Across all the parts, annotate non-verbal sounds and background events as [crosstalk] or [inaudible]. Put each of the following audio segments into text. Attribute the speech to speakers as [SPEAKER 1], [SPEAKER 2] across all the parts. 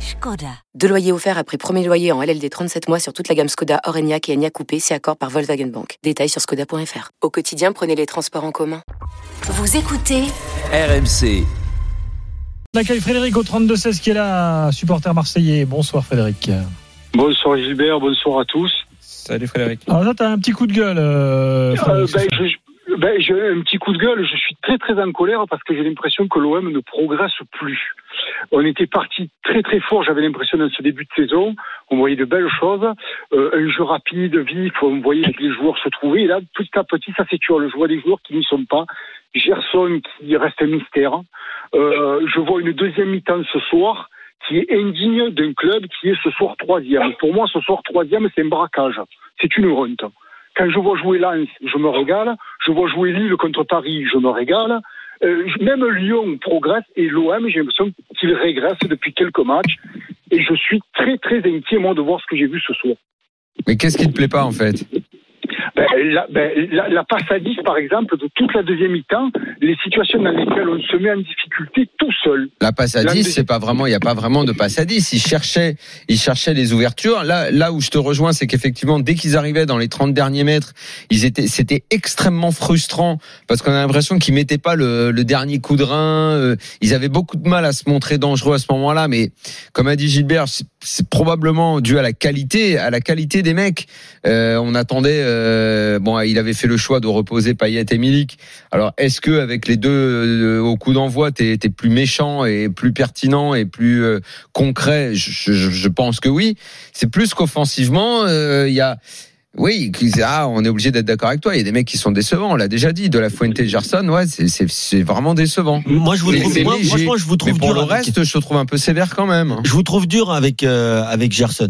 [SPEAKER 1] Skoda. Deux loyers offerts après premier loyer en LLD 37 mois sur toute la gamme Skoda, Orenia et Enya Coupé, c'est accord par Volkswagen Bank. Détails sur skoda.fr. Au quotidien, prenez les transports en commun.
[SPEAKER 2] Vous écoutez
[SPEAKER 3] RMC.
[SPEAKER 4] On accueille Frédéric au 32-16 qui est là, supporter marseillais. Bonsoir Frédéric.
[SPEAKER 5] Bonsoir Gilbert, bonsoir à tous.
[SPEAKER 6] Salut Frédéric.
[SPEAKER 4] Alors là, t'as un petit coup de gueule.
[SPEAKER 6] Ah,
[SPEAKER 4] euh, Frédéric,
[SPEAKER 5] Euh, ben,
[SPEAKER 6] bah,
[SPEAKER 4] c'est ça
[SPEAKER 5] je- je- ben, j'ai un petit coup de gueule, je suis très très en colère parce que j'ai l'impression que l'OM ne progresse plus. On était parti très très fort, j'avais l'impression dans ce début de saison, on voyait de belles choses, Euh, un jeu rapide, vif, on voyait que les joueurs se trouvaient, et là petit à petit ça s'étiole, je vois des joueurs qui n'y sont pas, Gerson qui reste un mystère, Euh, je vois une deuxième mi-temps ce soir qui est indigne d'un club qui est ce soir troisième. Pour moi ce soir troisième c'est un braquage, c'est une honte. Quand je vois jouer Lens, je me régale. Je vois jouer Lille contre Paris, je me régale. Euh, même Lyon progresse et l'OM, j'ai l'impression qu'il régresse depuis quelques matchs. Et je suis très très inquiet moi de voir ce que j'ai vu ce soir.
[SPEAKER 6] Mais qu'est-ce qui te plaît pas en fait
[SPEAKER 5] Ben, la, ben, la- la passe à 10 par exemple de toute la deuxième mi-temps, les situations dans lesquelles on se met en difficulté tout seul.
[SPEAKER 6] La passe à
[SPEAKER 5] La
[SPEAKER 6] 10,
[SPEAKER 5] dé-
[SPEAKER 6] c'est pas vraiment, il n'y a pas vraiment de passe à 10. Ils cherchaient, ils cherchaient les ouvertures. Là, là où je te rejoins, c'est qu'effectivement, dès qu'ils arrivaient dans les 30 derniers mètres, ils étaient, c'était extrêmement frustrant parce qu'on a l'impression qu'ils mettaient pas le, le dernier coup de rein. euh, Ils avaient beaucoup de mal à se montrer dangereux à ce moment-là. Mais comme a dit Gilbert, c'est- c'est probablement dû à la qualité, à la qualité des mecs. Euh, on attendait, euh, bon, il avait fait le choix de reposer Payet et Milik. Alors, est-ce que avec les deux euh, au coup d'envoi, t'es t'es plus méchant et plus pertinent et plus euh, concret je, je- je pense que oui. C'est plus qu'offensivement, euh, il y a. Oui, qui- ah, on est obligé d'être d'accord avec toi. Il y a des mecs qui sont décevants. On l'a déjà dit. De la Fuente et Gerson, ouais, c'est- c'est c'est vraiment décevant.
[SPEAKER 7] Moi, je vous
[SPEAKER 6] Mais
[SPEAKER 7] trouve,
[SPEAKER 6] c'est
[SPEAKER 7] moi,
[SPEAKER 6] léger.
[SPEAKER 7] franchement, je vous
[SPEAKER 6] Mais
[SPEAKER 7] trouve
[SPEAKER 6] pour
[SPEAKER 7] dur.
[SPEAKER 6] le
[SPEAKER 7] avec-
[SPEAKER 6] reste, je te trouve un peu sévère quand même.
[SPEAKER 7] Je vous trouve dur avec euh, avec Gerson.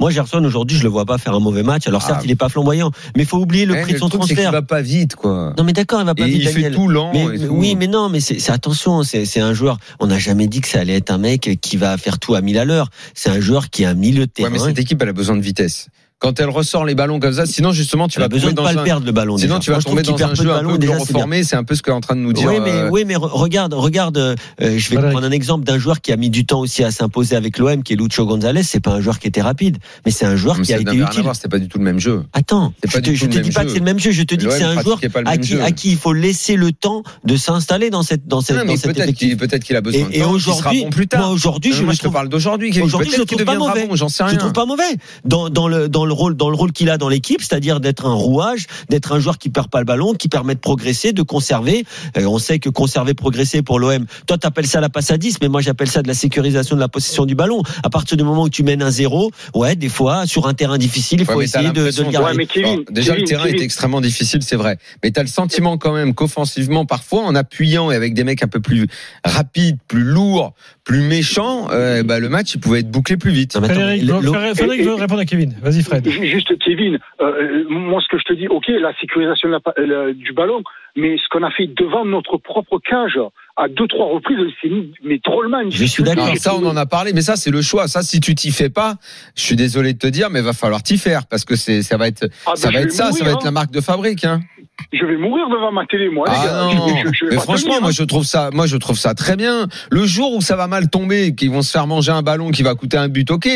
[SPEAKER 7] Moi, Gerson aujourd'hui, je le vois pas faire un mauvais match. Alors certes,
[SPEAKER 6] Ah.
[SPEAKER 7] il est pas flamboyant, mais faut oublier le
[SPEAKER 6] Eh,
[SPEAKER 7] prix de son
[SPEAKER 6] truc, c'est qu'il
[SPEAKER 7] transfert.
[SPEAKER 6] va pas vite, quoi.
[SPEAKER 7] Non, mais d'accord, il va pas
[SPEAKER 6] Et
[SPEAKER 7] vite,
[SPEAKER 6] il fait
[SPEAKER 7] Daniel.
[SPEAKER 6] tout lent.
[SPEAKER 7] Mais,
[SPEAKER 6] et
[SPEAKER 7] mais-
[SPEAKER 6] tout.
[SPEAKER 7] oui, mais non, mais c'est c'est- attention, c'est c'est un joueur. On n'a jamais dit que ça allait être un mec qui va faire tout à 1000 à l'heure. C'est un joueur qui a un milieu de
[SPEAKER 6] Ouais,
[SPEAKER 7] terrain.
[SPEAKER 6] mais cette équipe, elle a besoin de vitesse. Quand elle ressort les ballons comme ça, sinon justement, tu
[SPEAKER 7] tu as
[SPEAKER 6] vas
[SPEAKER 7] besoin
[SPEAKER 6] tomber
[SPEAKER 7] de
[SPEAKER 6] dans
[SPEAKER 7] pas
[SPEAKER 6] un.
[SPEAKER 7] le perdre le ballon.
[SPEAKER 6] Sinon,
[SPEAKER 7] déjà.
[SPEAKER 6] tu vas
[SPEAKER 7] Moi, je trouve
[SPEAKER 6] tomber
[SPEAKER 7] qu'il
[SPEAKER 6] dans
[SPEAKER 7] perd
[SPEAKER 6] un
[SPEAKER 7] peu
[SPEAKER 6] jeu
[SPEAKER 7] de
[SPEAKER 6] un
[SPEAKER 7] ballon,
[SPEAKER 6] peu plus
[SPEAKER 7] déjà, c'est bien.
[SPEAKER 6] reformé. C'est un peu ce qu'est en train de nous dire.
[SPEAKER 7] oui, mais,
[SPEAKER 6] euh,
[SPEAKER 7] oui, mais re- regarde, regarde. euh, euh, je vais te
[SPEAKER 4] Frédéric.
[SPEAKER 7] prendre un exemple d'un joueur qui a mis du temps aussi à s'imposer avec l'OM, qui est Lucho Gonzalez. C'est pas un joueur qui était rapide, mais c'est un joueur
[SPEAKER 6] mais
[SPEAKER 7] qui
[SPEAKER 6] ça
[SPEAKER 7] a
[SPEAKER 6] n'avait
[SPEAKER 7] été
[SPEAKER 6] rien à
[SPEAKER 7] utile.
[SPEAKER 6] voir, C'était pas du tout le même jeu.
[SPEAKER 7] Attends,
[SPEAKER 6] C'est
[SPEAKER 7] je
[SPEAKER 6] pas
[SPEAKER 7] te,
[SPEAKER 6] du
[SPEAKER 7] je
[SPEAKER 6] tout
[SPEAKER 7] te
[SPEAKER 6] le
[SPEAKER 7] dis
[SPEAKER 6] même
[SPEAKER 7] pas
[SPEAKER 6] jeu.
[SPEAKER 7] que c'est le même jeu. Je te dis que
[SPEAKER 6] L'OM
[SPEAKER 7] c'est un joueur
[SPEAKER 6] pratiquait pas le
[SPEAKER 7] à
[SPEAKER 6] même
[SPEAKER 7] qui,
[SPEAKER 6] jeu.
[SPEAKER 7] à qui il faut laisser le temps de s'installer dans cette dans cette
[SPEAKER 6] Non,
[SPEAKER 7] dans
[SPEAKER 6] Ah, mais
[SPEAKER 7] cette
[SPEAKER 6] peut-être qu'il peut-être qu'il a besoin de
[SPEAKER 7] Et, et
[SPEAKER 6] temps. qu'il sera
[SPEAKER 7] aujourd'hui,
[SPEAKER 6] bon plus
[SPEAKER 7] moi
[SPEAKER 6] tard.
[SPEAKER 7] aujourd'hui,
[SPEAKER 6] Non,
[SPEAKER 7] je
[SPEAKER 6] moi,
[SPEAKER 7] le
[SPEAKER 6] je te
[SPEAKER 7] trouve
[SPEAKER 6] parle d'aujourd'hui. Kevin.
[SPEAKER 7] Aujourd'hui, je
[SPEAKER 6] Peut-être
[SPEAKER 7] le
[SPEAKER 6] qu'il
[SPEAKER 7] trouve pas
[SPEAKER 6] deviendra
[SPEAKER 7] mauvais.
[SPEAKER 6] bon, J'en sais
[SPEAKER 7] Je le
[SPEAKER 6] rien.
[SPEAKER 7] trouve pas mauvais dans, dans le dans le rôle dans le rôle qu'il a dans l'équipe, c'est-à-dire d'être un rouage, d'être un joueur qui perd pas le ballon, qui permet de progresser, de conserver. Euh, on sait que conserver, progresser pour l'OM. Toi, t'appelles ça la passe à 10, mais moi j'appelle ça de la sécurisation de la possession du ballon. À partir du moment où tu mènes un zéro, ouais, des fois sur un terrain difficile, il faut
[SPEAKER 6] Ouais, mais t'as
[SPEAKER 7] essayer de, de
[SPEAKER 6] l'impression
[SPEAKER 7] le
[SPEAKER 6] de-
[SPEAKER 7] garder.
[SPEAKER 5] Ouais, mais Kevin,
[SPEAKER 6] Alors, déjà,
[SPEAKER 5] Kevin,
[SPEAKER 6] le terrain est
[SPEAKER 5] Kevin.
[SPEAKER 6] extrêmement difficile, c'est vrai. Mais tu as le sentiment quand même qu'offensivement, parfois, en appuyant et avec des mecs un peu plus rapides, plus lourds, plus méchants, euh, bah, le match, il pouvait être bouclé plus vite.
[SPEAKER 7] Non, mais attends,
[SPEAKER 4] Frédéric,
[SPEAKER 7] le-
[SPEAKER 4] veut-
[SPEAKER 7] le-
[SPEAKER 4] Frédéric- Frédéric veut répondre à Kevin. Vas-y, Fred.
[SPEAKER 5] Ju- Juste Kevin, euh, euh, moi ce que je te dis, ok, la sécurisation de la pa- euh, du ballon, mais ce qu'on a fait devant notre propre cage à deux trois reprises, c'est mais drôlement. en
[SPEAKER 7] Je suis
[SPEAKER 5] difficulté.
[SPEAKER 7] d'accord.
[SPEAKER 6] Alors, Ah, ça, on en a parlé, mais ça, c'est le choix. Ça, si tu t'y fais pas, je suis désolé de te dire, mais va falloir t'y faire parce que c'est, ça va être,
[SPEAKER 5] Ah,
[SPEAKER 6] ça
[SPEAKER 5] ben,
[SPEAKER 6] va
[SPEAKER 5] je
[SPEAKER 6] être
[SPEAKER 5] vais
[SPEAKER 6] ça, ça va
[SPEAKER 5] mourir,
[SPEAKER 6] être la marque de fabrique. Hein.
[SPEAKER 5] Je vais mourir devant ma télé, moi. les
[SPEAKER 6] Ah
[SPEAKER 5] gars.
[SPEAKER 6] non.
[SPEAKER 5] Je- je- je vais
[SPEAKER 6] Mais
[SPEAKER 5] pas
[SPEAKER 6] franchement,
[SPEAKER 5] tenir. hein.
[SPEAKER 6] moi je trouve ça, moi je trouve ça très bien. Le jour où ça va mal tomber, qu'ils vont se faire manger un ballon qui va coûter un but, ok.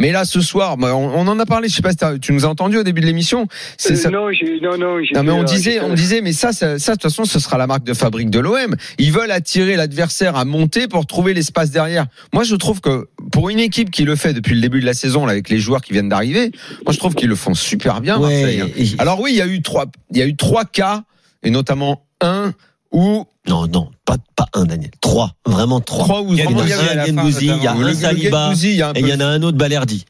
[SPEAKER 6] Mais là, ce soir, moi, on, on en a parlé. Je sais pas si t'as- tu nous as entendu au début de l'émission. C'est
[SPEAKER 5] Euh,
[SPEAKER 6] ça.
[SPEAKER 5] Non, j'ai- non, non, j'ai-
[SPEAKER 6] Non mais on
[SPEAKER 5] euh,
[SPEAKER 6] disait, on disait, mais ça, ça, ça, de toute façon, ce sera la marque de fabrique de l'OM. Ils veulent attirer l'adversaire à monter pour trouver l'espace derrière. Moi, je trouve que pour une équipe qui le fait depuis le début de la saison, là, avec les joueurs qui viennent d'arriver, moi, je trouve qu'ils le font super bien.
[SPEAKER 7] Ouais,
[SPEAKER 6] Marseille, hein.
[SPEAKER 7] et-
[SPEAKER 6] Alors oui, il y a eu trois, il y a eu trois cas, et notamment un où
[SPEAKER 7] non, non, pas pas un Daniel, trois, vraiment trois.
[SPEAKER 6] trois où
[SPEAKER 7] Il y a
[SPEAKER 6] vraiment,
[SPEAKER 7] un
[SPEAKER 6] il y avait-
[SPEAKER 7] Gendouzi, il y a
[SPEAKER 6] où hein. le-
[SPEAKER 7] un
[SPEAKER 6] le
[SPEAKER 7] Saliba
[SPEAKER 6] Guendouzi, il y a un
[SPEAKER 7] et
[SPEAKER 6] peu-
[SPEAKER 7] il y en a un autre Balerdi.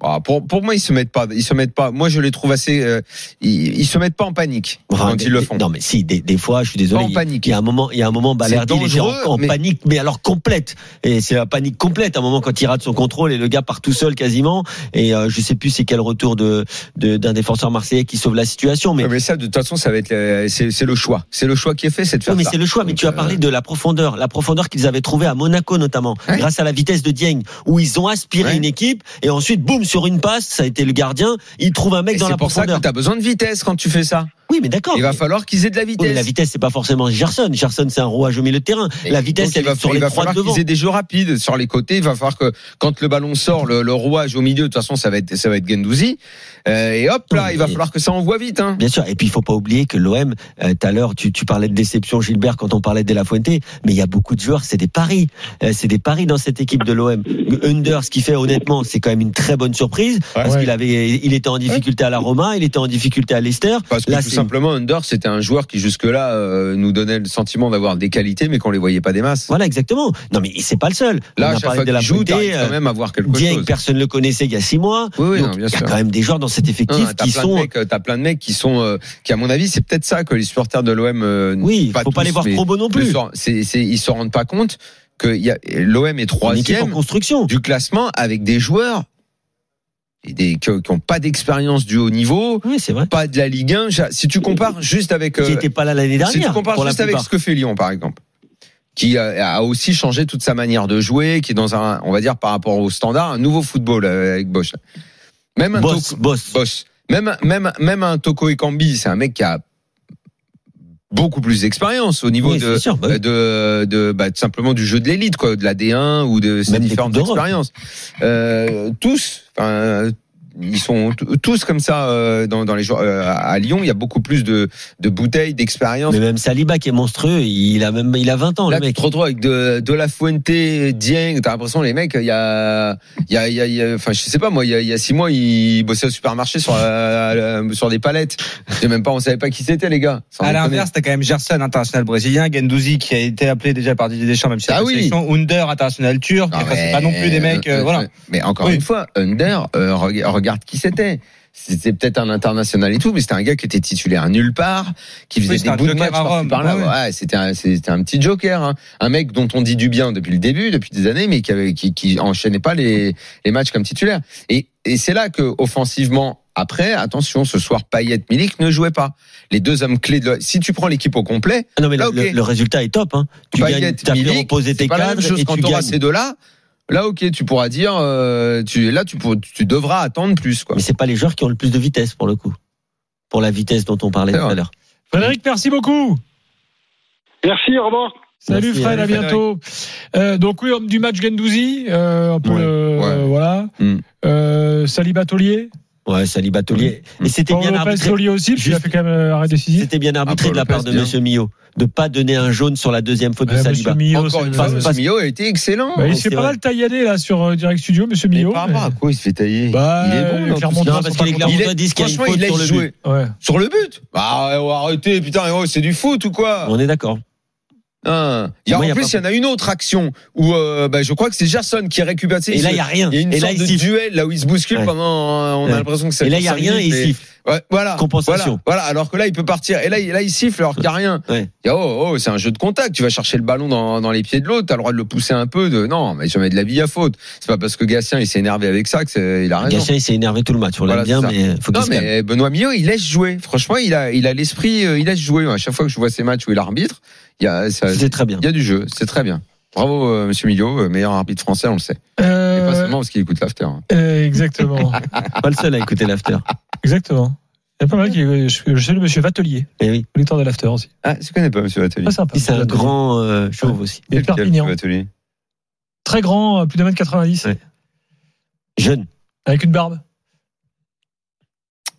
[SPEAKER 6] Ah, pour, pour moi, ils se mettent pas. Ils se mettent pas. Moi, je les trouve assez. euh, ils, ils se mettent pas en panique
[SPEAKER 7] Enfin,
[SPEAKER 6] quand
[SPEAKER 7] des-
[SPEAKER 6] ils le
[SPEAKER 7] des-
[SPEAKER 6] font.
[SPEAKER 7] Non, mais si, des, des fois, je suis désolé.
[SPEAKER 6] Pas en
[SPEAKER 7] il-
[SPEAKER 6] panique.
[SPEAKER 7] Il y a un moment, il y a un moment, Balerdi il était en,
[SPEAKER 6] dangereux,
[SPEAKER 7] en
[SPEAKER 6] mais-
[SPEAKER 7] panique, mais alors complète. Et c'est la panique complète. À un moment, quand il rate son contrôle et le gars part tout seul quasiment. Et euh, je sais plus c'est quel retour de de- d'un défenseur marseillais qui sauve la situation, mais.
[SPEAKER 6] Ouais, Mais ça, de toute façon, ça va être. euh, C'est c'est le choix. C'est le choix qui est fait, c'est de faire
[SPEAKER 7] Oui, mais
[SPEAKER 6] ça.
[SPEAKER 7] c'est le choix. Mais
[SPEAKER 6] Donc,
[SPEAKER 7] tu as
[SPEAKER 6] euh,
[SPEAKER 7] parlé de la profondeur, la profondeur qu'ils avaient trouvée à Monaco notamment,
[SPEAKER 6] Ouais.
[SPEAKER 7] grâce à la vitesse de Dieng, où ils ont aspiré
[SPEAKER 6] Ouais.
[SPEAKER 7] une équipe et ensuite, boum, sur une passe, ça a été le gardien. Ils trouvent un mec
[SPEAKER 6] Et
[SPEAKER 7] dans
[SPEAKER 6] c'est
[SPEAKER 7] la
[SPEAKER 6] pour ça que
[SPEAKER 7] profondeur.
[SPEAKER 6] tu as besoin de vitesse quand tu fais ça.
[SPEAKER 7] oui, mais d'accord.
[SPEAKER 6] Il va falloir qu'ils aient de la
[SPEAKER 7] Oui, Oh, mais la
[SPEAKER 6] vitesse.
[SPEAKER 7] vitesse, c'est pas forcément Gerson. Gerson, c'est un rouage au milieu de terrain. la
[SPEAKER 6] Et
[SPEAKER 7] vitesse,
[SPEAKER 6] donc, il
[SPEAKER 7] elle
[SPEAKER 6] va,
[SPEAKER 7] est sur
[SPEAKER 6] il
[SPEAKER 7] les
[SPEAKER 6] va
[SPEAKER 7] trois de
[SPEAKER 6] falloir
[SPEAKER 7] devant.
[SPEAKER 6] qu'ils aient des jeux rapides sur les côtés. Il va falloir que quand le ballon sort, le, le rouage au milieu, de toute façon, ça va être, ça va être Gendouzi. Euh, et hop
[SPEAKER 7] Non,
[SPEAKER 6] là, il va
[SPEAKER 7] mais-
[SPEAKER 6] falloir que ça envoie vite. Hein.
[SPEAKER 7] Bien sûr. Et puis, il faut pas oublier que l'OM, euh, tout à l'heure, tu, tu parlais de déception, Gilbert, quand on parlait de De La Fuente. Mais il y a beaucoup de joueurs, c'est des paris. Euh, c'est des paris dans cette équipe de l'OM. Under, ce qu'il fait, honnêtement, c'est quand même une très bonne surprise. parce
[SPEAKER 4] Ouais.
[SPEAKER 7] qu'il avait, il était en difficulté à la Roma, il était en difficulté à Leicester.
[SPEAKER 6] Parce que
[SPEAKER 7] Là,
[SPEAKER 6] tout
[SPEAKER 7] c'est-
[SPEAKER 6] simplement, Under, c'était un joueur qui jusque-là euh, nous donnait le sentiment d'avoir des qualités, mais qu'on les voyait pas des masses.
[SPEAKER 7] Voilà, exactement. Non, mais c'est pas le seul.
[SPEAKER 6] Là, à
[SPEAKER 7] on a
[SPEAKER 6] chaque
[SPEAKER 7] parlé
[SPEAKER 6] fois
[SPEAKER 7] de la
[SPEAKER 6] qu'il joue,
[SPEAKER 7] Fuente.
[SPEAKER 6] t'arrives quand
[SPEAKER 7] euh,
[SPEAKER 6] même à voir quelque
[SPEAKER 7] Dieng,
[SPEAKER 6] chose.
[SPEAKER 7] personne ne le connaissait il y a six mois.
[SPEAKER 6] Oui, oui,
[SPEAKER 7] Donc,
[SPEAKER 6] non,
[SPEAKER 7] il
[SPEAKER 6] bien
[SPEAKER 7] y a
[SPEAKER 6] sûr.
[SPEAKER 7] quand même des joueurs dans cet
[SPEAKER 6] Non,
[SPEAKER 7] effectif
[SPEAKER 6] t'as
[SPEAKER 7] qui
[SPEAKER 6] plein
[SPEAKER 7] sont
[SPEAKER 6] de mecs, euh, t'as plein de mecs qui sont, euh, qui à mon avis, c'est peut-être ça que les supporters de l'OM. euh,
[SPEAKER 7] Oui, faut pas
[SPEAKER 6] tous,
[SPEAKER 7] les voir
[SPEAKER 6] mais
[SPEAKER 7] trop beaux non
[SPEAKER 6] ne
[SPEAKER 7] plus.
[SPEAKER 6] s'en- c'est- c'est- ils se rendent pas compte que il y a- l'OM est
[SPEAKER 7] Une équipe en
[SPEAKER 6] troisième
[SPEAKER 7] construction.
[SPEAKER 6] du classement avec des joueurs et des, qui n'ont pas d'expérience du haut niveau,
[SPEAKER 7] Oui, c'est vrai.
[SPEAKER 6] pas de la Ligue 1. Ja- Si tu compares juste avec, euh,
[SPEAKER 7] qui n'était pas là l'année
[SPEAKER 6] si tu
[SPEAKER 7] dernière.
[SPEAKER 6] compares
[SPEAKER 7] pour la
[SPEAKER 6] juste avec
[SPEAKER 7] plupart.
[SPEAKER 6] ce que fait Lyon, par exemple, qui euh, a aussi changé toute sa manière de jouer, qui est dans un, on va dire par rapport au standard, un nouveau football euh, avec Bosch. là. Même un
[SPEAKER 7] Boss,
[SPEAKER 6] Toko-
[SPEAKER 7] boss.
[SPEAKER 6] boss. Même, même, même un Toko Ekambi, c'est un mec qui a beaucoup plus d'expérience au niveau
[SPEAKER 7] Oui,
[SPEAKER 6] de,
[SPEAKER 7] c'est sûr, bah oui.
[SPEAKER 6] de, de bah, tout simplement du jeu de l'élite, quoi, de la D1 ou de ces
[SPEAKER 7] Même des
[SPEAKER 6] différentes
[SPEAKER 7] Coupes d'Europe.
[SPEAKER 6] expériences. Euh, tous, enfin, ils sont t- tous comme ça euh, dans, dans les joueurs. Euh, à Lyon, il y a beaucoup plus de, de bouteilles, d'expérience.
[SPEAKER 7] Mais même Saliba qui est monstrueux, il a même il a 20 ans
[SPEAKER 6] Là,
[SPEAKER 7] le
[SPEAKER 6] tu
[SPEAKER 7] mec.
[SPEAKER 6] te retrouves avec de, de la Fuente, Dieng, t'as l'impression les mecs, il y a, il y a, il y a- il y a- enfin je sais pas moi, il y a, il y a six mois ils bossaient au supermarché sur, la- la- sur des palettes. J'ai même pas, on savait pas qui c'était les gars. Sans
[SPEAKER 8] À
[SPEAKER 6] déconner.
[SPEAKER 8] l'inverse, t'as quand même Gerson, international brésilien, Gendouzi qui a été appelé déjà par Didier Deschamps, même si c'est
[SPEAKER 6] Ah
[SPEAKER 8] la
[SPEAKER 6] oui.
[SPEAKER 8] sélection, Under, international turc.
[SPEAKER 6] Non,
[SPEAKER 8] Enfin, c'est
[SPEAKER 6] mais-
[SPEAKER 8] pas non plus des mecs, euh,
[SPEAKER 6] Ah euh,
[SPEAKER 8] voilà.
[SPEAKER 6] euh, Mais encore
[SPEAKER 8] Oui.
[SPEAKER 6] une fois, Under, euh, reg- regarde qui c'était. C'était peut-être un international et tout, mais c'était un gars qui était titulaire nulle part, qui faisait
[SPEAKER 8] Oui, c'était
[SPEAKER 6] des
[SPEAKER 8] un
[SPEAKER 6] bouts de
[SPEAKER 8] joker
[SPEAKER 6] match
[SPEAKER 8] à
[SPEAKER 6] par-ci,
[SPEAKER 8] Rome,
[SPEAKER 6] par-là.
[SPEAKER 8] ouais.
[SPEAKER 6] Ouais, c'était un, c'était un petit joker, hein. un mec dont on dit du bien depuis le début, depuis des années, mais qui, avait, qui, qui enchaînait pas les, les matchs comme titulaire. Et, et c'est là que offensivement, après, attention, ce soir, Payet, Milik ne jouaient pas. Les deux hommes clés. De... Si tu prends l'équipe au complet,
[SPEAKER 7] Ah Non mais le-
[SPEAKER 6] là, ok.
[SPEAKER 7] le, le résultat est top. Hein. Tu gagnes,
[SPEAKER 6] Payet,
[SPEAKER 7] t'as fait
[SPEAKER 6] Milik,
[SPEAKER 7] reposer
[SPEAKER 6] c'est
[SPEAKER 7] tes
[SPEAKER 6] pas la même
[SPEAKER 7] cadres
[SPEAKER 6] chose
[SPEAKER 7] et
[SPEAKER 6] quand
[SPEAKER 7] tu
[SPEAKER 6] tu
[SPEAKER 7] gagnes.
[SPEAKER 6] ces deux-là. Là, ok, tu pourras dire, euh, tu, là, tu, pour- tu devras attendre plus, quoi.
[SPEAKER 7] Mais c'est pas les joueurs qui ont le plus de vitesse pour le coup. Pour la vitesse dont on parlait
[SPEAKER 6] C'est
[SPEAKER 7] tout à
[SPEAKER 6] vrai.
[SPEAKER 7] l'heure.
[SPEAKER 4] Frédéric, merci beaucoup.
[SPEAKER 9] Merci, au revoir.
[SPEAKER 4] Salut
[SPEAKER 7] Merci,
[SPEAKER 4] Fred, à
[SPEAKER 7] allez,
[SPEAKER 4] bientôt. Euh, donc oui, homme du match Gendouzi, euh, un peu,
[SPEAKER 6] Ouais,
[SPEAKER 4] euh, voilà.
[SPEAKER 6] Mm.
[SPEAKER 4] Euh, Saliba Tolier,
[SPEAKER 7] Ouais, Saliba Tolier.
[SPEAKER 6] Mmh.
[SPEAKER 7] Et c'était
[SPEAKER 4] Paul
[SPEAKER 7] bien
[SPEAKER 4] Lopez
[SPEAKER 7] arbitré.
[SPEAKER 4] Tolier aussi, parce qu'il a
[SPEAKER 7] Juste-
[SPEAKER 4] fait quand même euh, arrêt décisif.
[SPEAKER 7] C'était bien arbitré
[SPEAKER 6] Ah, Paul
[SPEAKER 7] de la part
[SPEAKER 6] Lopez,
[SPEAKER 7] de
[SPEAKER 6] bien.
[SPEAKER 7] Monsieur Millot de pas donner un jaune sur la deuxième faute de
[SPEAKER 4] Euh,
[SPEAKER 7] Saliba.
[SPEAKER 4] Monsieur Millot,
[SPEAKER 6] Encore une
[SPEAKER 4] c'est-
[SPEAKER 6] fois,
[SPEAKER 4] c'est-
[SPEAKER 6] Monsieur Millot a été excellent.
[SPEAKER 4] Bah, il
[SPEAKER 7] c'est
[SPEAKER 4] s'est pas
[SPEAKER 7] vrai.
[SPEAKER 4] mal taillader là sur euh, Direct Studio, Monsieur
[SPEAKER 6] mais
[SPEAKER 4] Millot.
[SPEAKER 6] par rapport à quoi il se fait tailler
[SPEAKER 4] Bah,
[SPEAKER 6] Il est bon,
[SPEAKER 4] les
[SPEAKER 6] dans tout
[SPEAKER 4] Clermontois
[SPEAKER 6] ça.
[SPEAKER 7] Non, parce que les Clermontois disent qu'il y a une
[SPEAKER 6] Franchement, il
[SPEAKER 7] faute sur
[SPEAKER 6] laisse
[SPEAKER 7] le but.
[SPEAKER 6] jouer.
[SPEAKER 4] mais- Ouais.
[SPEAKER 6] Sur le but Bah, on va arrêter, putain, oh, c'est du foot ou quoi
[SPEAKER 7] On est d'accord.
[SPEAKER 6] Hein. Il y a-
[SPEAKER 7] Moi, il y
[SPEAKER 6] En
[SPEAKER 7] a
[SPEAKER 6] plus,
[SPEAKER 7] pas-
[SPEAKER 6] il y en a une autre action où euh, bah, je crois que c'est Gerson qui récupère. tu sais,
[SPEAKER 7] Et
[SPEAKER 6] il
[SPEAKER 7] là
[SPEAKER 6] se-
[SPEAKER 7] il y a rien.
[SPEAKER 6] il y a une
[SPEAKER 7] Et là
[SPEAKER 6] sorte
[SPEAKER 7] il
[SPEAKER 6] de
[SPEAKER 7] siffle.
[SPEAKER 6] duel là où il se bouscule
[SPEAKER 7] Ouais.
[SPEAKER 6] pendant. euh, On
[SPEAKER 7] Ouais.
[SPEAKER 6] a l'impression que ça
[SPEAKER 7] Et là
[SPEAKER 6] dure
[SPEAKER 7] il y a
[SPEAKER 6] cinq
[SPEAKER 7] rien et
[SPEAKER 6] minutes,
[SPEAKER 7] il
[SPEAKER 6] mais-
[SPEAKER 7] siffle.
[SPEAKER 6] Ouais, voilà.
[SPEAKER 7] Compensation.
[SPEAKER 6] Voilà, voilà. alors que là, il peut partir. Et là, il- là il siffle alors qu'il n'y a rien.
[SPEAKER 7] Ouais.
[SPEAKER 6] Il y a, oh, oh, c'est un jeu de contact. Tu vas chercher le ballon dans, dans les pieds de l'autre. Tu as le droit de le pousser un peu. De... Non, mais jamais de la vie à faute. C'est pas parce que Gatien, il s'est énervé avec ça que c'est- il a raison.
[SPEAKER 7] Gatien il s'est énervé tout le match. On
[SPEAKER 6] Voilà,
[SPEAKER 7] l'aime bien
[SPEAKER 6] c'est ça.
[SPEAKER 7] mais faut qu'il
[SPEAKER 6] Non,
[SPEAKER 7] se calme.
[SPEAKER 6] mais Benoît Millot, il laisse jouer. Franchement, il a, il a l'esprit, euh, il laisse jouer. À chaque fois que je vois ces matchs où il arbitre, il y a, ça-
[SPEAKER 7] C'était très bien.
[SPEAKER 6] il y a du jeu. C'est très bien. Bravo, euh, monsieur Millot, euh, meilleur arbitre français, on le sait. Et pas
[SPEAKER 4] Euh,
[SPEAKER 6] seulement parce qu'il écoute l'after. hein.
[SPEAKER 4] euh, exactement.
[SPEAKER 7] Pas le seul à
[SPEAKER 6] [laughs]
[SPEAKER 7] écouter l'after.
[SPEAKER 4] exactement. Il y a pas mal qui. euh, Je, je salue Monsieur Vatelier,
[SPEAKER 7] Eh oui.
[SPEAKER 4] auditeur de l'After aussi.
[SPEAKER 6] Ah, je connais pas, monsieur Vatelier.
[SPEAKER 4] Très sympa.
[SPEAKER 7] C'est un
[SPEAKER 4] Monsieur Vatelier.
[SPEAKER 7] grand euh, chauve aussi.
[SPEAKER 4] Il est de
[SPEAKER 6] Quel- quel
[SPEAKER 4] Perpignan.
[SPEAKER 6] monsieur Vatelier
[SPEAKER 4] Très grand, euh, plus d'un mètre 90,
[SPEAKER 7] Ouais. Jeune.
[SPEAKER 4] avec une barbe.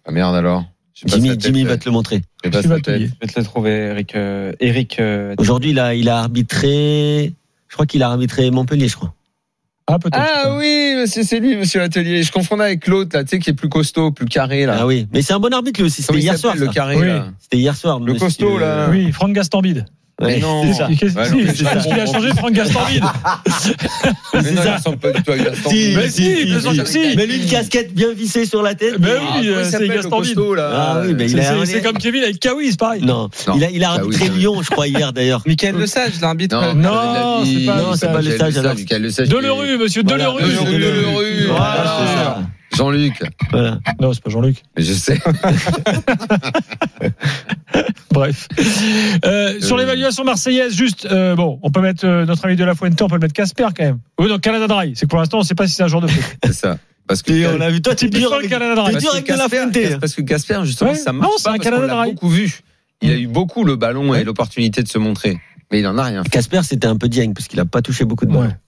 [SPEAKER 6] Ah merde alors. Je sais pas sa
[SPEAKER 7] Jimmy,
[SPEAKER 6] tête,
[SPEAKER 7] Jimmy
[SPEAKER 6] euh,
[SPEAKER 7] va te le montrer.
[SPEAKER 8] Eh
[SPEAKER 6] je sais pas
[SPEAKER 8] ben,
[SPEAKER 4] Monsieur
[SPEAKER 6] sa tête.
[SPEAKER 4] Vatelier.
[SPEAKER 8] Je vais te le trouver, Eric. euh, Eric euh,
[SPEAKER 7] Aujourd'hui, il a, il a arbitré. Je crois qu'il a arbitré Montpellier, je crois.
[SPEAKER 4] Ah peut-être.
[SPEAKER 6] Ah oui, monsieur, c'est lui, monsieur Atelier. Je confondais avec l'autre, là, tu sais, qui est plus costaud, plus carré, là.
[SPEAKER 7] Ah oui. Mais c'est un bon arbitre lui aussi.
[SPEAKER 6] Comment
[SPEAKER 7] C'était
[SPEAKER 6] il
[SPEAKER 7] hier
[SPEAKER 6] s'appelle,
[SPEAKER 7] soir. euh,
[SPEAKER 6] le
[SPEAKER 7] ça.
[SPEAKER 6] carré,
[SPEAKER 4] Oui.
[SPEAKER 6] là.
[SPEAKER 7] C'était hier soir.
[SPEAKER 6] Le costaud, là.
[SPEAKER 4] Oui, Franck Gastambide.
[SPEAKER 6] Mais non.
[SPEAKER 4] C'est ça. Qu'est-ce
[SPEAKER 6] Ouais, non, mais
[SPEAKER 4] qu'est-ce-
[SPEAKER 6] je
[SPEAKER 4] parce qu'il a
[SPEAKER 6] comprends.
[SPEAKER 4] changé Franck Gastambide.
[SPEAKER 6] Mais non,
[SPEAKER 7] ça.
[SPEAKER 6] il ressemble pas du tout à Gaston.
[SPEAKER 7] Si,
[SPEAKER 4] Mais si,
[SPEAKER 7] si,
[SPEAKER 4] bien sûr que
[SPEAKER 7] si.
[SPEAKER 4] si.
[SPEAKER 7] Mais lui, une casquette bien vissée sur la tête.
[SPEAKER 4] Mais
[SPEAKER 7] il-
[SPEAKER 4] oui,
[SPEAKER 6] Ah, comment
[SPEAKER 4] euh,
[SPEAKER 6] il
[SPEAKER 4] c'est
[SPEAKER 6] s'appelle le
[SPEAKER 4] Gastambide.
[SPEAKER 6] costaud, là Euh,
[SPEAKER 7] Ah oui, mais
[SPEAKER 4] C'est-
[SPEAKER 7] il a.
[SPEAKER 4] C'est c'est comme Kevin avec Kawi, c'est pareil.
[SPEAKER 7] Non,
[SPEAKER 6] Non.
[SPEAKER 7] il a, il a
[SPEAKER 6] Ah oui,
[SPEAKER 7] arbitré
[SPEAKER 6] ça oui.
[SPEAKER 7] Lyon, je crois,
[SPEAKER 6] [laughs]
[SPEAKER 7] hier d'ailleurs.
[SPEAKER 8] Michael Lesage, l'arbitre.
[SPEAKER 6] Non,
[SPEAKER 4] Non,
[SPEAKER 6] David
[SPEAKER 4] c'est
[SPEAKER 6] Lavi,
[SPEAKER 4] pas-
[SPEAKER 7] non, c'est pas
[SPEAKER 6] Michael
[SPEAKER 7] le sage,
[SPEAKER 6] Lesage,
[SPEAKER 7] alors.
[SPEAKER 6] Michael Lesage, qui est-
[SPEAKER 4] Delerue, monsieur
[SPEAKER 6] Voilà,
[SPEAKER 4] Delerue.
[SPEAKER 6] Delerue, Delerue.
[SPEAKER 7] Voilà, Ah, c'est ça.
[SPEAKER 6] Jean-Luc.
[SPEAKER 7] Voilà.
[SPEAKER 4] Non, c'est pas Jean-Luc.
[SPEAKER 6] Mais Je sais.
[SPEAKER 4] Bref. Euh, sur l'évaluation marseillaise, juste, euh, bon, on peut mettre euh, notre ami de la Fuente, on peut le mettre Casper quand même. Oui, dans Canada Dry. C'est que pour l'instant, on ne sait pas si c'est un joueur de foot.
[SPEAKER 6] C'est ça. Parce que.
[SPEAKER 7] Et on l'a vu, toi, tu
[SPEAKER 4] Typiquement
[SPEAKER 7] dur
[SPEAKER 4] le
[SPEAKER 7] avec,
[SPEAKER 4] Canada Dry.
[SPEAKER 7] t'es
[SPEAKER 6] parce
[SPEAKER 7] dur
[SPEAKER 6] que
[SPEAKER 7] avec de la
[SPEAKER 6] Bah, Casper-
[SPEAKER 7] Fuente.
[SPEAKER 6] Parce que Gasper, justement,
[SPEAKER 4] Ouais.
[SPEAKER 6] ça marche
[SPEAKER 4] Non, c'est
[SPEAKER 6] pas
[SPEAKER 4] un
[SPEAKER 6] parce qu'on
[SPEAKER 4] Canada
[SPEAKER 6] l'a
[SPEAKER 4] Dry.
[SPEAKER 6] beaucoup vu. Il a eu beaucoup le ballon et l'opportunité de se montrer. Mais il en a rien.
[SPEAKER 7] Casper, c'était un peu Dieng parce qu'il a pas touché beaucoup de balles.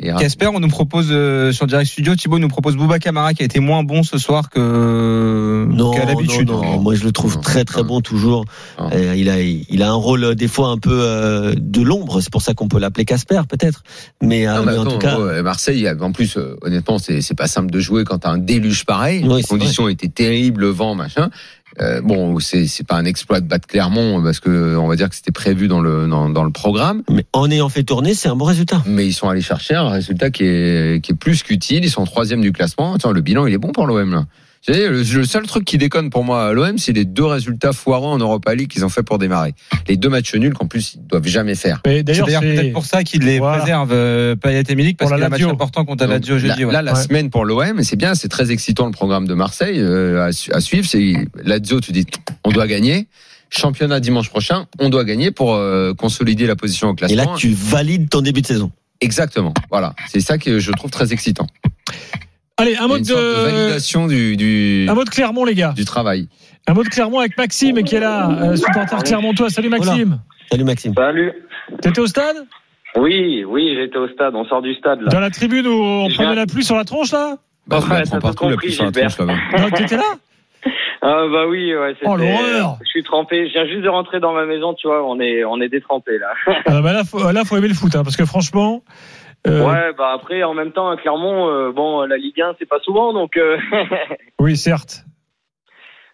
[SPEAKER 6] Et ah,
[SPEAKER 8] Casper, on nous propose euh, sur Direct Studio, Thibaut nous propose Bouba Camara qui a été moins bon ce soir que
[SPEAKER 7] Non,
[SPEAKER 8] qu'à l'habitude.
[SPEAKER 7] non, non. moi je le trouve
[SPEAKER 6] Non, Ah.
[SPEAKER 7] très très
[SPEAKER 6] non.
[SPEAKER 7] bon toujours.
[SPEAKER 6] Non.
[SPEAKER 7] Euh, il a il a un rôle euh, des fois un peu euh, de l'ombre, c'est pour ça qu'on peut l'appeler Casper peut-être. Mais, euh,
[SPEAKER 6] Non, Ah, mais
[SPEAKER 7] mais en
[SPEAKER 6] attends,
[SPEAKER 7] tout cas,
[SPEAKER 6] ouais, Marseille, en plus, euh, honnêtement, c'est c'est pas simple de jouer quand t'as un déluge pareil.
[SPEAKER 7] Oui,
[SPEAKER 6] les
[SPEAKER 7] c'est
[SPEAKER 6] conditions étaient terribles, le vent, machin. Euh, bon, c'est c'est pas un exploit de battre Clermont euh, parce que on va dire que c'était prévu dans le dans, dans le programme,
[SPEAKER 7] mais en ayant fait tourner, c'est un bon résultat.
[SPEAKER 6] mais ils sont allés chercher un résultat qui est qui est plus qu'utile. Ils sont troisième du classement. Attends, le bilan il est bon pour l'OM là. Tu sais, Le, le seul truc qui déconne pour moi à l'OM, c'est les deux résultats foireux en Europa League qu'ils ont fait pour démarrer. Les deux matchs nuls qu'en plus ils doivent jamais faire.
[SPEAKER 4] Mais
[SPEAKER 8] C'est
[SPEAKER 4] d'ailleurs,
[SPEAKER 8] d'ailleurs
[SPEAKER 4] c'est.
[SPEAKER 8] peut-être pour ça qu'il les
[SPEAKER 4] Voilà.
[SPEAKER 8] préserve euh, Payet et Milik parce
[SPEAKER 4] Pour la
[SPEAKER 8] qu'il y a un match
[SPEAKER 4] Lazio.
[SPEAKER 8] important contre la
[SPEAKER 6] Donc,
[SPEAKER 8] Lazio jeudi.
[SPEAKER 6] là,
[SPEAKER 8] ouais.
[SPEAKER 6] là, la
[SPEAKER 4] Ouais.
[SPEAKER 6] semaine pour l'OM, c'est bien, c'est très excitant le programme de Marseille euh, à, su- à suivre. C'est Lazio, tu dis, on doit gagner. Championnat dimanche prochain, on doit gagner pour euh, consolider la position au
[SPEAKER 7] Et
[SPEAKER 6] classement.
[SPEAKER 7] là, tu valides ton début de saison.
[SPEAKER 6] Exactement. Voilà, c'est ça que je trouve très excitant.
[SPEAKER 4] Allez, un
[SPEAKER 6] Il y a
[SPEAKER 4] mot
[SPEAKER 6] une sorte de
[SPEAKER 4] de.
[SPEAKER 6] validation du du,
[SPEAKER 4] Un mot de Clermont, les gars.
[SPEAKER 6] du travail.
[SPEAKER 4] Un mot de Clermont avec Maxime qui est là, euh, supporter Clermontois. Salut Maxime.
[SPEAKER 7] Salut Maxime.
[SPEAKER 5] Salut.
[SPEAKER 4] T'étais au stade
[SPEAKER 5] Oui, oui, j'étais au stade. On sort du stade là.
[SPEAKER 4] Dans la tribune où on
[SPEAKER 5] Je
[SPEAKER 4] prenait
[SPEAKER 5] viens-
[SPEAKER 4] la pluie sur la tronche, là
[SPEAKER 6] Bah,
[SPEAKER 5] Enfin,
[SPEAKER 6] je la
[SPEAKER 5] ça
[SPEAKER 6] prends
[SPEAKER 5] t'a
[SPEAKER 6] partout, la
[SPEAKER 5] compris,
[SPEAKER 6] pluie sur la
[SPEAKER 5] Gilbert.
[SPEAKER 6] tronche, là-bas.
[SPEAKER 4] Non, T'étais là
[SPEAKER 5] Ah bah oui, ouais. c'était-
[SPEAKER 4] Oh, l'horreur
[SPEAKER 5] Je suis trempé. Je viens juste de rentrer dans ma maison, tu vois. On est, on est détrempé là.
[SPEAKER 4] Ah, bah, Là, faut, là, faut aimer le foot, hein, parce que franchement. euh,
[SPEAKER 5] Ouais, bah après, en même temps, Clermont, euh, bon, la Ligue 1, c'est pas souvent, donc, euh, [laughs]
[SPEAKER 4] Oui, certes.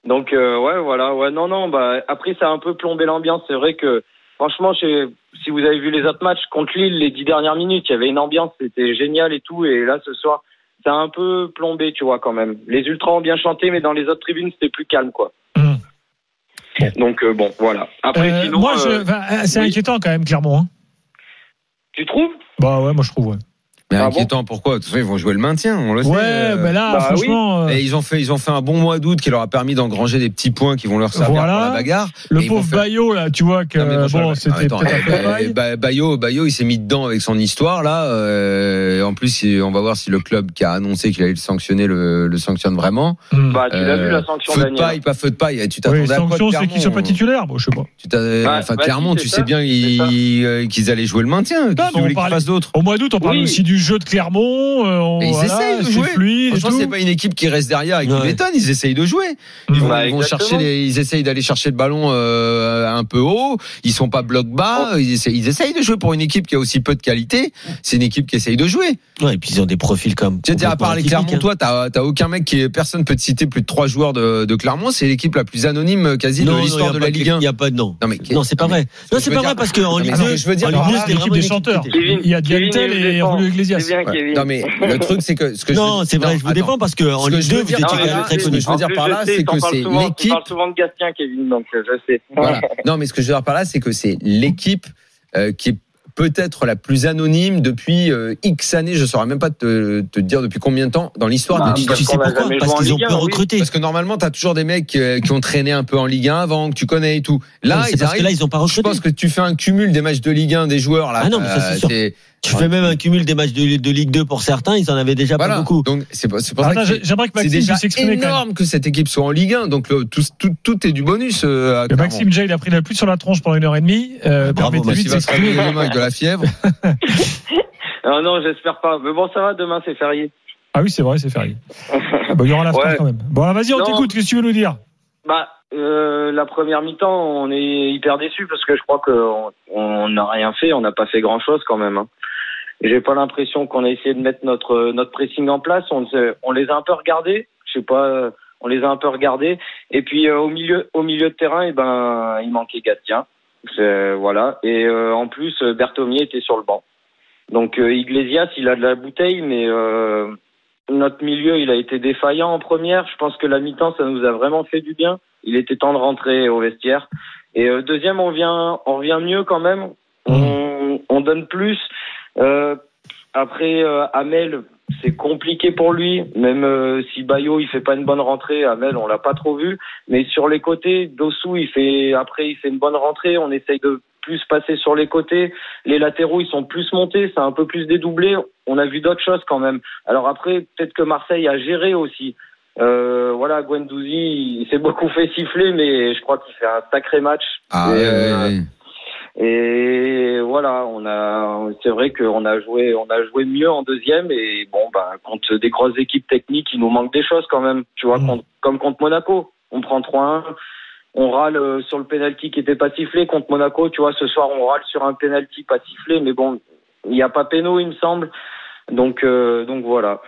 [SPEAKER 5] donc, euh, ouais, voilà, ouais, non, non. Bah après, ça a un peu plombé l'ambiance. C'est vrai que, franchement, je sais- si vous avez vu les autres matchs contre Lille, les dix dernières minutes, il y avait une ambiance, c'était génial et tout. Et là, ce soir, ça a un peu plombé, tu vois, quand même. Les ultras ont bien chanté, mais dans les autres tribunes, c'était plus calme, quoi.
[SPEAKER 4] Hum.
[SPEAKER 5] Donc euh, bon, voilà. Après,
[SPEAKER 4] Euh,
[SPEAKER 5] sinon,
[SPEAKER 4] moi, je-
[SPEAKER 5] euh,
[SPEAKER 4] enfin, euh, c'est
[SPEAKER 5] oui.
[SPEAKER 4] inquiétant quand même, Clermont. hein.
[SPEAKER 5] tu trouves
[SPEAKER 4] Bah ouais, moi je trouve. Ouais,
[SPEAKER 6] Mais
[SPEAKER 5] Ah bon
[SPEAKER 6] inquiétant, pourquoi De toute façon, ils vont jouer le maintien, on le sait.
[SPEAKER 4] ouais
[SPEAKER 6] Euh,
[SPEAKER 4] bah là,
[SPEAKER 5] bah oui.
[SPEAKER 4] franchement, euh,
[SPEAKER 6] Et ils ont fait, ils ont fait un bon mois d'août qui leur a permis d'engranger des petits points qui vont leur servir
[SPEAKER 4] Voilà.
[SPEAKER 6] pour la bagarre. Et
[SPEAKER 4] le
[SPEAKER 6] ils vont
[SPEAKER 4] pauvre
[SPEAKER 6] faire-
[SPEAKER 4] Bayo, là, tu vois que
[SPEAKER 6] Non, mais moi, je
[SPEAKER 4] bon,
[SPEAKER 6] regarde.
[SPEAKER 4] c'était
[SPEAKER 6] Attends,
[SPEAKER 4] peut-être un peu
[SPEAKER 6] eh,
[SPEAKER 4] pareil.
[SPEAKER 6] bah, Bayo, Bayo, il s'est mis dedans avec son histoire là. Euh, en plus, il- on va voir si le club qui a annoncé qu'il allait le sanctionner le, le sanctionne vraiment.
[SPEAKER 4] Hum.
[SPEAKER 5] Bah, tu l'as
[SPEAKER 6] Euh,
[SPEAKER 5] vu la sanction
[SPEAKER 6] Feu de
[SPEAKER 5] d'Aniel.
[SPEAKER 6] paille, pas feu de paille. Eh, Tu t'attendais
[SPEAKER 4] oui,
[SPEAKER 6] à quoi de
[SPEAKER 4] sanction, c'est
[SPEAKER 6] Clermont euh
[SPEAKER 4] qu'ils soient pas titulaires, bon, je sais pas.
[SPEAKER 6] Tu t'as-
[SPEAKER 5] Bah,
[SPEAKER 6] enfin,
[SPEAKER 5] bah,
[SPEAKER 6] Clermont,
[SPEAKER 5] si,
[SPEAKER 6] tu
[SPEAKER 5] c'est
[SPEAKER 6] sais
[SPEAKER 5] ça,
[SPEAKER 6] bien
[SPEAKER 5] c'est ça.
[SPEAKER 6] ils- euh, qu'ils allaient jouer le maintien. Qu'est-ce
[SPEAKER 4] mais
[SPEAKER 6] que tu
[SPEAKER 4] on
[SPEAKER 6] voulais qu'ils
[SPEAKER 4] parlait-
[SPEAKER 6] fassent d'autre
[SPEAKER 4] Au mois d'août, on parlait
[SPEAKER 5] Oui.
[SPEAKER 4] aussi du jeu de Clermont. euh, on-
[SPEAKER 6] Et ils
[SPEAKER 4] voilà,
[SPEAKER 6] essayent de
[SPEAKER 4] c'est
[SPEAKER 6] jouer.
[SPEAKER 4] fluide et
[SPEAKER 6] Franchement,
[SPEAKER 4] tout.
[SPEAKER 6] c'est pas une équipe qui reste derrière et qui
[SPEAKER 7] Ouais.
[SPEAKER 6] m'étonne. Ils essayent de jouer. Ils vont,
[SPEAKER 5] Bah,
[SPEAKER 6] ils vont
[SPEAKER 5] exactement.
[SPEAKER 6] chercher les- ils essayent d'aller chercher le ballon euh, un peu haut. Ils sont pas bloc bas. Ils, essayent, ils essayent de jouer pour une équipe qui a aussi peu de qualité. C'est une équipe qui essaye de jouer.
[SPEAKER 7] Ouais, et puis ils ont des profils comme.
[SPEAKER 6] Tu sais, à part les Clermont, toi,
[SPEAKER 7] hein.
[SPEAKER 6] t'as t'as aucun mec qui, est- personne peut te citer plus de trois joueurs de, de Clermont. C'est l'équipe la plus anonyme euh, quasi de l'histoire de la Ligue 1.
[SPEAKER 7] Il hein. y a pas de non.
[SPEAKER 6] Non, mais-
[SPEAKER 7] Non, c'est pas
[SPEAKER 6] non, mais-
[SPEAKER 7] vrai. Non, c'est
[SPEAKER 6] veux
[SPEAKER 7] pas
[SPEAKER 6] dire-
[SPEAKER 7] vrai parce qu'en
[SPEAKER 6] Non, mais
[SPEAKER 7] Ligue
[SPEAKER 6] ce que
[SPEAKER 7] 2,
[SPEAKER 6] je veux dire,
[SPEAKER 7] en
[SPEAKER 6] alors
[SPEAKER 7] Ligue 2,
[SPEAKER 4] là,
[SPEAKER 7] c'était
[SPEAKER 4] l'équipe
[SPEAKER 7] vraiment
[SPEAKER 4] des
[SPEAKER 7] une équipe
[SPEAKER 4] chanteurs.
[SPEAKER 7] qui était-
[SPEAKER 5] Kevin,
[SPEAKER 4] Il y a
[SPEAKER 5] Kevin,
[SPEAKER 4] Diantel
[SPEAKER 5] il
[SPEAKER 4] et
[SPEAKER 5] défend.
[SPEAKER 4] Julio Iglesias.
[SPEAKER 5] C'est bien,
[SPEAKER 6] Ouais.
[SPEAKER 5] Kevin.
[SPEAKER 6] Non mais le truc c'est que ce que
[SPEAKER 7] Non,
[SPEAKER 6] je-
[SPEAKER 7] c'est vrai,
[SPEAKER 6] non,
[SPEAKER 7] je vous
[SPEAKER 6] attends.
[SPEAKER 7] défends parce qu'en
[SPEAKER 6] Ce que
[SPEAKER 7] Ligue
[SPEAKER 6] je
[SPEAKER 7] 2,
[SPEAKER 6] veux
[SPEAKER 7] vous
[SPEAKER 6] dire
[SPEAKER 7] étiez
[SPEAKER 6] par
[SPEAKER 7] quand même
[SPEAKER 6] là,
[SPEAKER 7] très
[SPEAKER 6] ce que
[SPEAKER 7] connus.
[SPEAKER 6] je veux dire par là, c'est que c'est
[SPEAKER 5] Tu
[SPEAKER 6] l'équipe
[SPEAKER 5] parles souvent de Gastien, Kevin, donc euh, je sais.
[SPEAKER 7] [laughs]
[SPEAKER 6] Voilà. Non, mais ce que je veux dire par là, c'est que c'est l'équipe euh, qui est peut-être la plus anonyme depuis euh, X années, je ne saurais même pas te, te dire depuis combien de temps dans l'histoire de
[SPEAKER 5] Bah,
[SPEAKER 6] la Ligue
[SPEAKER 7] Tu
[SPEAKER 6] 1.
[SPEAKER 5] parce
[SPEAKER 7] sais
[SPEAKER 5] qu'on a
[SPEAKER 7] pourquoi
[SPEAKER 5] jamais
[SPEAKER 7] Parce
[SPEAKER 5] joué en
[SPEAKER 7] qu'ils ont
[SPEAKER 5] Ligue un,
[SPEAKER 7] peu
[SPEAKER 5] oui.
[SPEAKER 7] recruté.
[SPEAKER 6] Parce que normalement, tu as toujours des mecs euh, qui ont traîné un peu en Ligue 1 avant, que tu connais et tout. Là,
[SPEAKER 7] Mais c'est
[SPEAKER 6] ils
[SPEAKER 7] parce que
[SPEAKER 6] arrivent.
[SPEAKER 7] là, ils ont pas
[SPEAKER 6] je
[SPEAKER 7] recruté.
[SPEAKER 6] pense que tu fais un cumul des matchs de Ligue 1 des joueurs là. Euh,
[SPEAKER 7] Ah non, mais ça, c'est sûr.
[SPEAKER 6] c'est-
[SPEAKER 7] Tu fais même un cumul des matchs de, de Ligue 2 pour certains, ils en avaient déjà pas
[SPEAKER 6] Voilà.
[SPEAKER 7] beaucoup. Ah,
[SPEAKER 6] Donc c'est pas- c'est pour
[SPEAKER 4] Attends,
[SPEAKER 6] ça que
[SPEAKER 4] j'ai- J'aimerais que
[SPEAKER 6] c'est
[SPEAKER 4] Maxime
[SPEAKER 6] déjà
[SPEAKER 4] puisse s'exprimer quand même.
[SPEAKER 6] énorme que cette équipe soit en Ligue 1. Donc le- tout, tout, tout est du bonus. euh, à
[SPEAKER 4] Le
[SPEAKER 6] Clermont.
[SPEAKER 4] Maxime Jay, il a pris la pluie sur la tronche pendant une heure et demie.
[SPEAKER 6] Ah,
[SPEAKER 4] Euh,
[SPEAKER 7] Bravo,
[SPEAKER 6] Parce
[SPEAKER 4] Permettez-lui
[SPEAKER 6] qu'il
[SPEAKER 4] de
[SPEAKER 6] va se réveiller
[SPEAKER 4] s'exprimer.
[SPEAKER 6] demain avec de la
[SPEAKER 7] [laughs]
[SPEAKER 6] fièvre.
[SPEAKER 5] Ah non, j'espère pas. Mais bon, ça va, demain c'est férié.
[SPEAKER 4] Ah oui, c'est vrai, c'est férié. Ah, bah, il y aura la fin
[SPEAKER 5] Ouais.
[SPEAKER 4] quand même. Bon, vas-y, on
[SPEAKER 5] Non.
[SPEAKER 4] t'écoute. Qu'est-ce que tu veux nous dire
[SPEAKER 5] Bah, euh, la première mi-temps, on est hyper déçus parce que je crois qu'on on n'a rien fait, on n'a pas fait grand-chose quand même. hein. J'ai pas l'impression qu'on a essayé de mettre notre euh, notre pressing en place. On, s'est- on les a un peu regardés, je sais pas, euh, on les a un peu regardés. Et puis euh, au milieu au milieu de terrain, et ben il eh manquait Gastien. Euh, voilà. Et euh, en plus, euh, Berthomier était sur le banc. Donc euh, Iglesias, il a de la bouteille, mais euh, notre milieu, il a été défaillant en première. Je pense que la mi-temps, ça nous a vraiment fait du bien. Il était temps de rentrer au vestiaire. Et euh, deuxième, on vient, on revient mieux quand même. On, on donne plus. Euh, après, euh, Amel, c'est compliqué pour lui. Même euh, si Bayo, il fait pas une bonne rentrée, Amel, on l'a pas trop vu. Mais sur les côtés, Dossou, il fait après, il fait une bonne rentrée. On essaye de plus passer sur les côtés. Les latéraux, ils sont plus montés, c'est un peu plus dédoublé. On a vu d'autres choses quand même. Alors après, peut-être que Marseille a géré aussi. Euh, voilà, Guendouzi, il s'est beaucoup fait siffler, mais je crois qu'il fait un sacré match.
[SPEAKER 6] Ah,
[SPEAKER 5] Et,
[SPEAKER 6] ouais,
[SPEAKER 5] euh,
[SPEAKER 6] ouais, ouais.
[SPEAKER 5] et voilà, on a, c'est vrai qu'on a joué, on a joué mieux en deuxième et bon, bah, contre des grosses équipes techniques, il nous manque des choses quand même. Tu vois,
[SPEAKER 4] Mm.
[SPEAKER 5] contre- comme contre Monaco, on prend 3-1, on râle euh, sur le penalty qui était pas sifflé contre Monaco. Tu vois, ce soir, on râle sur un penalty pas sifflé, mais bon, il n'y a pas péno, il me semble. Donc, euh, donc voilà.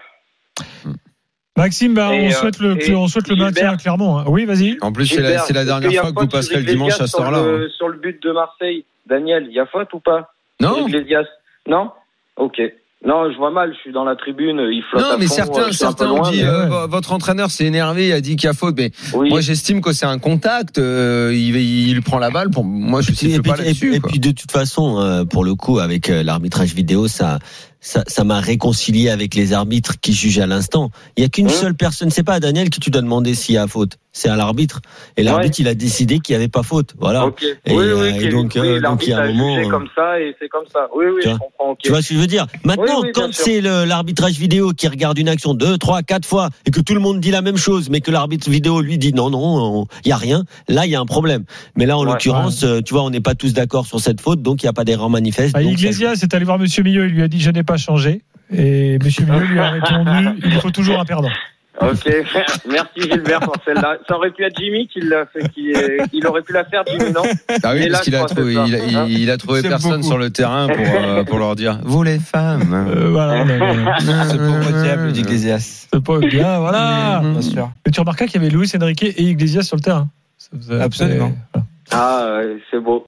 [SPEAKER 4] Maxime, bah,
[SPEAKER 5] Et,
[SPEAKER 4] on,
[SPEAKER 5] euh,
[SPEAKER 4] souhaite le,
[SPEAKER 5] et
[SPEAKER 4] on souhaite le
[SPEAKER 5] Gilbert.
[SPEAKER 4] maintien clairement. hein. Oui, vas-y.
[SPEAKER 6] En plus, c'est la,
[SPEAKER 5] Gilbert,
[SPEAKER 6] c'est la
[SPEAKER 5] est-ce
[SPEAKER 6] dernière
[SPEAKER 5] qu'il y a
[SPEAKER 6] fois que
[SPEAKER 5] faute
[SPEAKER 6] vous
[SPEAKER 5] sur
[SPEAKER 6] passerez le
[SPEAKER 5] Iglesias
[SPEAKER 6] dimanche à cette
[SPEAKER 5] sur
[SPEAKER 6] heure-là.
[SPEAKER 5] le-
[SPEAKER 6] hein.
[SPEAKER 5] Sur le but de Marseille, Daniel, il y a faute ou pas
[SPEAKER 7] Oh.
[SPEAKER 6] Non,
[SPEAKER 5] Iglesias Non Ok. Non, je vois mal, je suis dans la tribune, il flotte.
[SPEAKER 6] non,
[SPEAKER 5] à
[SPEAKER 6] mais
[SPEAKER 5] fond,
[SPEAKER 6] certains,
[SPEAKER 5] je suis un peu
[SPEAKER 6] certains ont
[SPEAKER 5] loin,
[SPEAKER 6] dit
[SPEAKER 5] mais-
[SPEAKER 6] euh,
[SPEAKER 4] ouais.
[SPEAKER 6] vo- votre entraîneur s'est énervé, il a dit qu'il y a faute, mais
[SPEAKER 5] Oui.
[SPEAKER 6] moi j'estime que c'est un contact. euh, il, il prend la balle pour moi, je
[SPEAKER 7] Et
[SPEAKER 6] suis
[SPEAKER 7] puis,
[SPEAKER 6] pas
[SPEAKER 7] et puis-
[SPEAKER 6] là-dessus.
[SPEAKER 7] et
[SPEAKER 6] quoi.
[SPEAKER 7] puis, de toute façon, euh, pour le coup, avec euh, l'arbitrage vidéo, ça, ça, ça m'a réconcilié avec les arbitres qui jugent à l'instant. Il n'y a qu'une
[SPEAKER 5] Hein
[SPEAKER 7] seule personne, c'est pas à Daniel que tu dois demander s'il y a faute, c'est à l'arbitre. Et l'arbitre, il a décidé qu'il n'y avait pas faute. Voilà.
[SPEAKER 5] Ok.
[SPEAKER 7] Et,
[SPEAKER 5] oui,
[SPEAKER 7] euh,
[SPEAKER 5] oui,
[SPEAKER 7] et
[SPEAKER 5] qu'il-
[SPEAKER 7] donc,
[SPEAKER 5] oui,
[SPEAKER 7] euh, donc,
[SPEAKER 5] l'arbitre
[SPEAKER 7] il y a un
[SPEAKER 5] a
[SPEAKER 7] moment,
[SPEAKER 5] jugé
[SPEAKER 7] euh,
[SPEAKER 5] comme ça et c'est comme ça. Oui, oui, je
[SPEAKER 7] tu vois.
[SPEAKER 5] comprends. ok.
[SPEAKER 7] Tu vois ce que je veux dire Maintenant,
[SPEAKER 5] Oui, oui, bien
[SPEAKER 7] quand
[SPEAKER 5] sûr.
[SPEAKER 7] c'est le- l'arbitrage vidéo qui regarde une action deux, trois, quatre fois et que tout le monde dit la même chose, mais que l'arbitre vidéo lui dit non, non, il y a rien. Là, il y a un problème. Mais là, en
[SPEAKER 5] Ouais,
[SPEAKER 7] l'occurrence, euh, tu vois, on n'est pas tous d'accord sur cette faute, donc il n'y a pas d'erreur manifeste.
[SPEAKER 4] Bah,
[SPEAKER 7] donc ça-
[SPEAKER 4] Iglesias est allé voir Monsieur Milleux, il lui a dit je n'ai pas changé. Et Monsieur Milleux lui a répondu il faut toujours un perdant.
[SPEAKER 5] Ok. [laughs] Merci Gilbert pour celle-là. Ça aurait pu être Jimmy qui l'a fait, qui est- il aurait pu la faire Jimmy, non
[SPEAKER 6] Ah oui,
[SPEAKER 5] Et là,
[SPEAKER 6] parce qu'il
[SPEAKER 5] je
[SPEAKER 6] a
[SPEAKER 5] crois
[SPEAKER 6] trouvé,
[SPEAKER 5] que c'est
[SPEAKER 6] il a,
[SPEAKER 5] ça. hein.
[SPEAKER 6] il- il a trouvé
[SPEAKER 8] J'aime
[SPEAKER 6] personne
[SPEAKER 8] beaucoup.
[SPEAKER 6] sur le terrain pour, euh, pour leur [laughs] dire Vous les femmes hein.
[SPEAKER 4] Euh, voilà, on a-
[SPEAKER 8] Ce pauvre diable
[SPEAKER 6] Euh,
[SPEAKER 8] d'Iglesias.
[SPEAKER 4] c'est pas bien, voilà.
[SPEAKER 8] Bien sûr.
[SPEAKER 4] Mais tu remarquas qu'il y avait Luis Enrique et Iglesias sur le terrain. Ça faisait-
[SPEAKER 8] Absolument.
[SPEAKER 4] Voilà.
[SPEAKER 5] Ah, euh, c'est beau.